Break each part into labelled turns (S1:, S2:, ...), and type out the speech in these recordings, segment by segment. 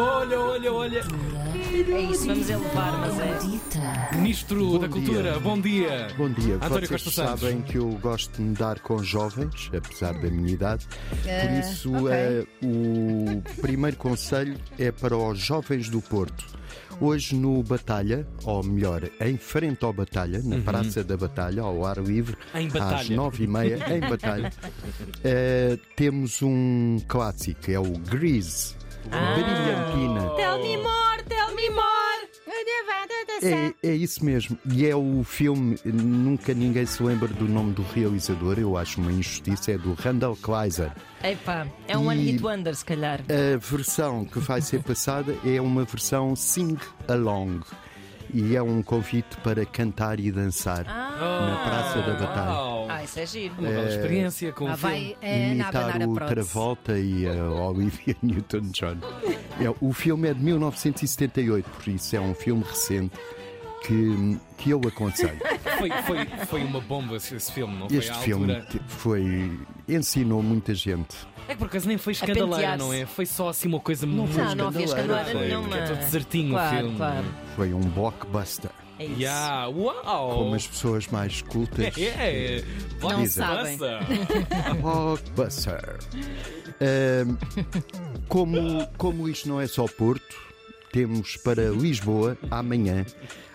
S1: olha, olha.
S2: É isso, vamos elevar, mas é.
S1: Ministro
S3: Bom
S1: da
S3: dia.
S1: Cultura, bom dia.
S3: Bom dia,
S1: António
S3: vocês
S1: Costa Santos.
S3: sabem que eu gosto de mudar com jovens, apesar da minha idade. Por isso, eh, o primeiro conselho é para os jovens do Porto. Hoje no Batalha, ou melhor, em frente ao Batalha, na Praça da Batalha, ao ar livre,
S1: Uhum. Em
S3: às
S1: Batalha.
S3: nove e meia, em Batalha, eh, temos um clássico, é o Grease,
S1: Ah.
S3: Brilhantina.
S4: Tell me more, tell me more.
S3: É, é isso mesmo. E é o filme, nunca ninguém se lembra do nome do realizador, eu acho uma injustiça, é do Randall Kleiser.
S2: Epá, é um
S3: E-
S2: one hit wonder, se calhar.
S3: A versão que vai ser passada é uma versão sing along. E é um convite para cantar e dançar
S1: Ah.
S3: na Praça da Batalha. Eh,
S1: Uau.
S2: Ah, isso é giro. Ah, é,
S1: Uma bela experiência com o
S5: Lá
S1: filme.
S5: vai a Ana
S3: um imitar
S5: abanar a
S3: o
S5: prótese.
S3: Travolta e a Olivia Newton-John. É, o filme é de 1978, por isso é um filme recente que, que eu aconselho.
S1: Foi, foi, foi uma bomba esse esse filme, não foi?
S3: Este
S1: à
S3: filme
S1: altura.
S3: te- foi ensinou muita gente.
S1: É que por acaso nem foi escandaleira,
S2: pentear-se.
S1: não é? Foi só assim uma coisa muito.
S2: Não, não havia escandalada
S3: escandaleira, foi.
S2: nenhuma.
S1: É todo desertinho o
S2: claro,
S1: filme.
S2: Claro,
S3: Foi um blockbuster.
S2: É isso.
S1: Yeah. Uau!
S3: Como as pessoas mais cultas.
S1: Oh. É, é. Vai,
S2: Não
S1: se
S2: sabem.
S1: passa.
S3: Blockbuster. Ahm, Ehm, como, como isto não é só Porto, temos para Lisboa amanhã,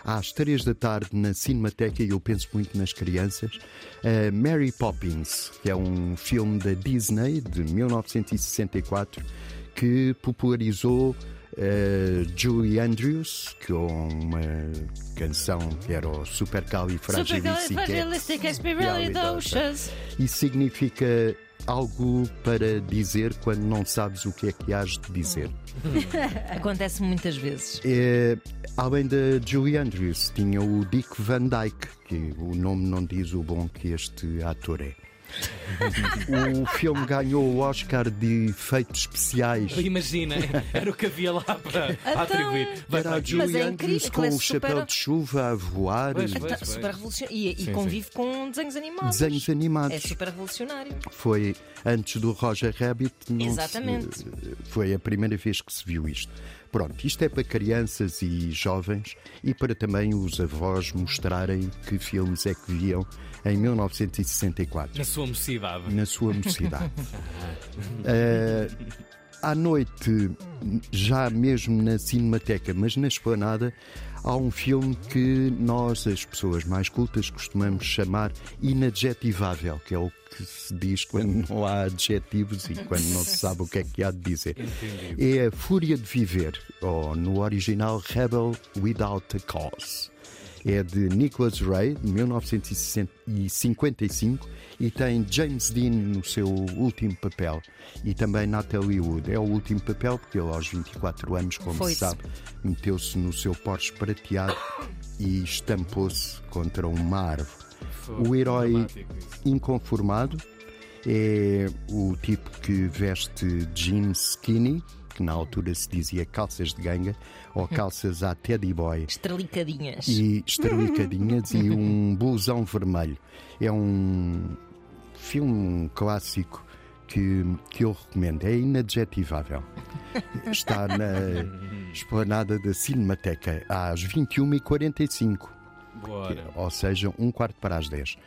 S3: às três da tarde, na Cinemateca, e eu penso muito nas crianças, a Mary Poppins, que é um filme da Disney de 1964 que popularizou. eh, Julie Andrews, com uma canção que era o
S2: Supercalifragilisticexpialidocious.
S3: e significa algo para dizer quando não sabes o que é que has de dizer.
S2: Acontece muitas vezes.
S3: É, além da Julie Andrews, tinha o Dick Van Dyke, que o nome não diz o bom que este ator é. o filme ganhou o Oscar de efeitos especiais.
S1: Imagina, era o que havia lá para
S2: Então-
S1: para atribuir. Vai,
S3: Era a
S1: vai,
S3: Julie
S2: é
S3: Andrews
S2: incrível,
S3: com
S2: aquilo é
S3: o chapéu
S2: super-
S3: de chuva a voar,
S1: Pois,
S3: e
S1: pois,
S2: Tá,
S1: pois.
S2: super revolucionário. E, e
S1: Sim,
S2: convive com desenhos animados.
S3: desenhos animados.
S2: É super revolucionário.
S3: Foi antes do Roger Rabbit. não se-
S2: Exatamente.
S3: foi a primeira vez que se viu isto. Pronto, isto é para crianças e jovens e para também os avós mostrarem que filmes é que viam em 1964,
S1: Na sua mocidade.
S3: na sua mocidade. Eh, à noite, já mesmo na Cinemateca, mas na Esplanada, há um filme que nós, as pessoas mais cultas, costumamos chamar inadjetivável, que é o que se diz quando não há adjetivos e quando não se sabe o que é que há de dizer. É a Fúria de Viver, ou no original Rebel Without a Cause. É de Nicholas Ray, de 1955, e tem James Dean no seu último papel. E também Natalie Wood. É o último papel, porque ele, aos 24 anos, como
S2: Foi-se.
S3: se sabe, meteu-se no seu Porsche prateado e estampou-se contra uma árvore. O herói
S1: dramático isso.
S3: inconformado é o tipo que veste jeans skinny, que na altura se dizia calças de ganga, ou calças à teddy boy
S2: Estrelicadinhas.
S3: e esterlicadinhas e um blusão vermelho. É um filme um clássico que, que eu recomendo. É inadjetivável. Está na esplanada da Cinemateca às 21h45,
S1: Bora.
S3: ou seja, um quarto para as 10.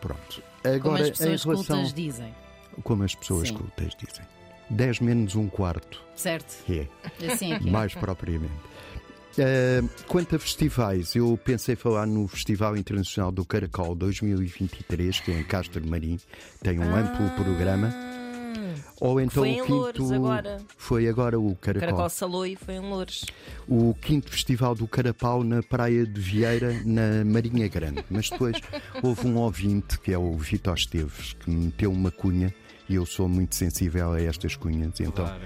S3: Pronto.
S5: Como
S3: Agora,
S5: as pessoas
S3: em relação.
S5: cultas dizem,
S3: Como as pessoas
S5: Sim.
S3: cultas dizem. 10 menos um quarto.
S5: certo?
S3: É.
S5: Assim aqui.
S3: Mais propriamente. Ah, quanto a festivais, eu pensei falar no Festival Internacional do Caracol 2023, que é em Castro Marim, tem um amplo programa. Ou então
S2: Ah, Foi em
S3: o quinto.
S2: Loures agora.
S3: Foi agora o Caracol.
S2: Caracol Saloi foi em Louros.
S3: O quinto Festival do Carapau na Praia de Vieira, na Marinha Grande. Mas depois houve um ouvinte, que é o Vitor Esteves, que me meteu uma cunha, e eu sou muito sensível a estas cunhas, então
S1: Claro.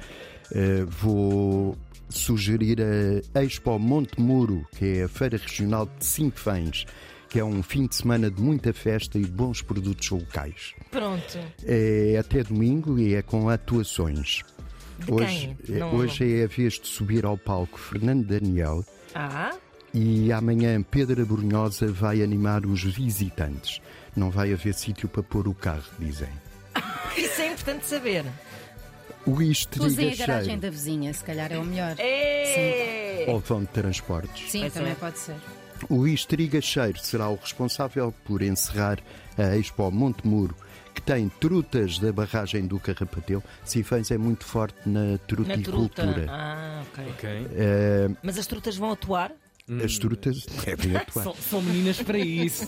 S3: Uh, vou sugerir a Expo Monte Muro, que é a Feira Regional de Sinfãs, que é um fim de semana de muita festa e de bons produtos locais.
S2: Pronto.
S3: É até domingo e é com atuações. Hoje,
S2: quem? Não-
S3: hoje é a vez de subir ao palco Fernando Daniel
S2: Ah,
S3: e amanhã Pedra Brunhosa vai animar os visitantes. Não vai haver sítio para pôr o carro, dizem.
S2: isso é importante saber.
S3: O estriga
S5: Usem a garagem
S3: cheiro
S5: da vizinha, se calhar é o melhor.
S2: É.
S4: Ei!
S3: ou vão de transportes.
S5: Sim, também pode ser.
S3: O Istriga Cheiro será o responsável por encerrar a Expo Montemuro, que tem trutas da barragem do Carrapateu. Sinfãs é muito forte na
S2: Na é truta.
S3: truticultura.
S2: Ah, ok.
S1: Ok.
S2: Mas as trutas vão atuar?
S3: Eh, As trutas devem atuar.
S1: São, são meninas para isso.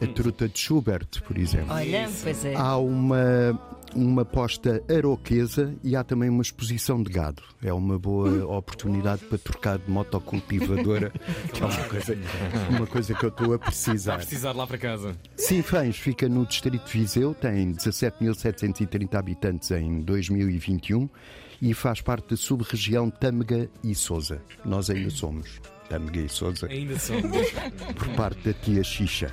S3: A truta de Schubert, por exemplo.
S2: Olha, pois é.
S3: Há uma, uma posta aroquesa e há também uma exposição de gado. É uma boa oportunidade para trocar de motocultivadora, que é uma coisa, uma coisa que eu estou a
S1: Vai
S3: precisar.
S1: precisar lá para casa.
S3: Sinfãs fica no distrito de Viseu, tem 17.730 habitantes em 2021 e faz parte da sub-região Tâmega e Sousa. Nós ainda somos Tâmega e Sousa
S1: Ainda são.
S3: por parte da tia Xixa.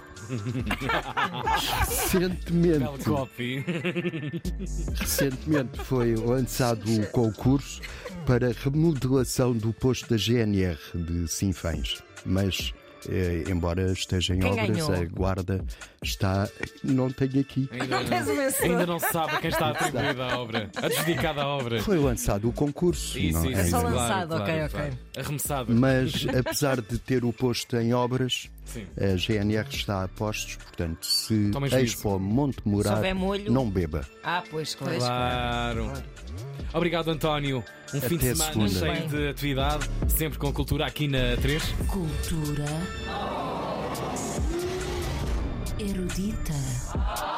S3: Recentemente,
S1: Bell copy.
S3: recentemente foi lançado o concurso para remodelação do posto da GNR de Sinfãs, mas eh, embora esteja em
S2: Quem
S3: obras,
S2: ganhou?
S3: a guarda está. Não tenho aqui.
S2: Não tens o vencedor.
S1: Ainda não se sabe quem está atribuído à obra. Adjudicado à obra.
S3: Foi lançado o concurso, não é?
S2: Só
S1: claro,
S2: lançado,
S1: claro,
S2: ok,
S1: claro. Arremessado.
S3: mas apesar de ter o posto em obras,
S1: Sim.
S3: a GNR está a postos, portanto, se
S1: Tomem juízo.
S3: Expo Monte
S2: Se
S3: Morar,
S2: houver molho-
S3: não beba.
S2: Ah, pois, claro.
S1: Claro. Obrigado, António. Um fim de
S3: Até
S1: semana
S3: segunda.
S1: cheio de atividade, sempre com cultura aqui na 3.
S6: Cultura erudita.